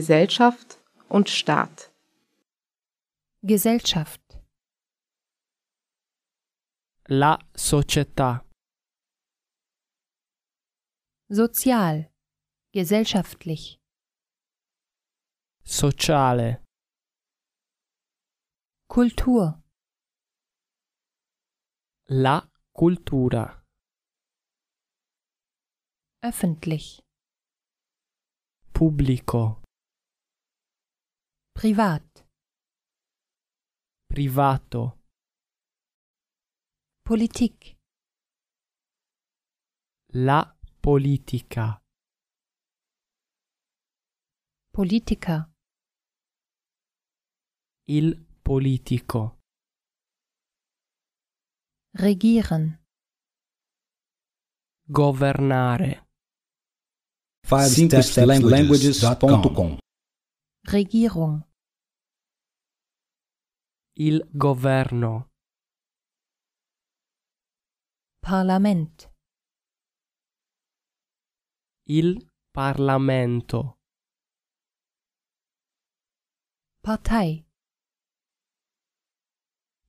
Gesellschaft und Staat. Gesellschaft, la società, sozial, gesellschaftlich, sociale, Kultur, la cultura, öffentlich, pubblico, privat, privato, Politik, la politica, Politiker, il politico, regieren, governare, 5stepslanguages.com Regierung, il governo, Parlament, il Parlamento, Partei,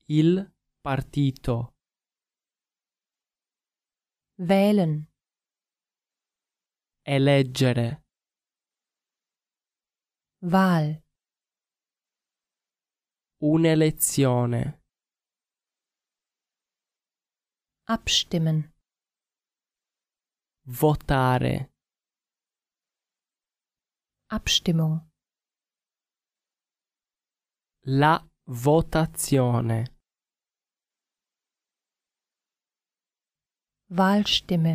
il partito, wählen, eleggere, Wahl, un'elezione, abstimmen, votare, Abstimmung, la votazione, Wahlstimme,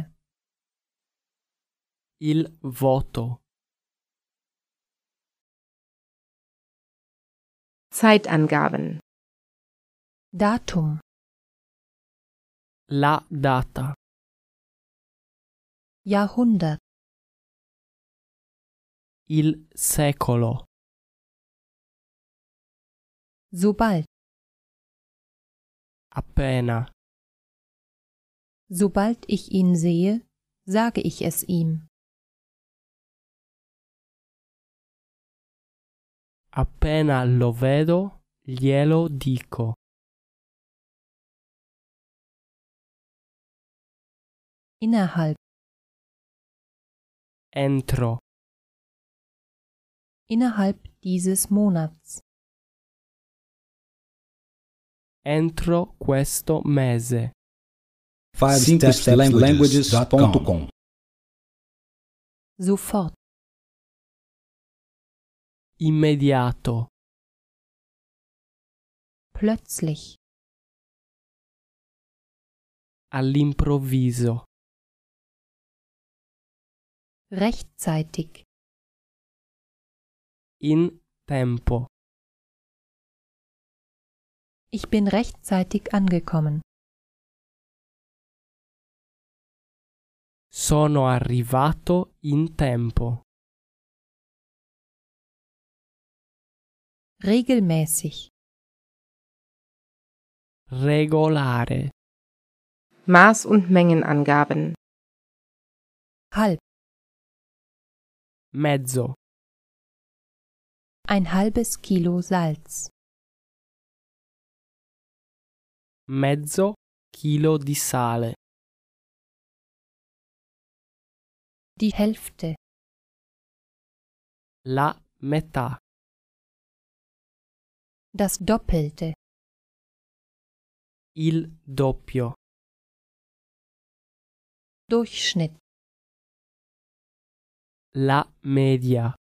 il voto, Zeitangaben. Datum, la data, Jahrhundert, il secolo, sobald, appena, sobald ich ihn sehe, sage ich es ihm, appena lo vedo, glielo dico, innerhalb, entro, innerhalb dieses Monats, entro questo mese, 5stepslanguages.com sofort, immediato, plötzlich, all'improvviso, rechtzeitig, in tempo. ich bin rechtzeitig angekommen, Sono arrivato in tempo. regelmäßig, Regolare. Maß- und Mengenangaben. halb, Mezzo. ein halbes Kilo Salz, Mezzo chilo di sale. die Hälfte, La metà. das Doppelte, Il doppio. Durchschnitt, La media.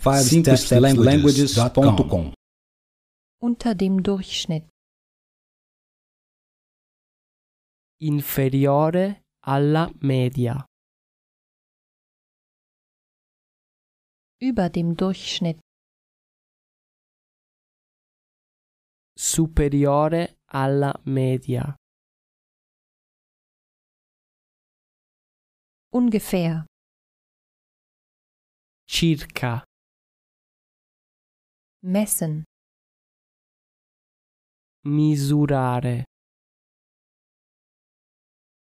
5stepslanguages.com unter dem Durchschnitt, Inferiore alla media. über dem Durchschnitt, Superiore alla media. ungefähr, Circa. messen, Misurare.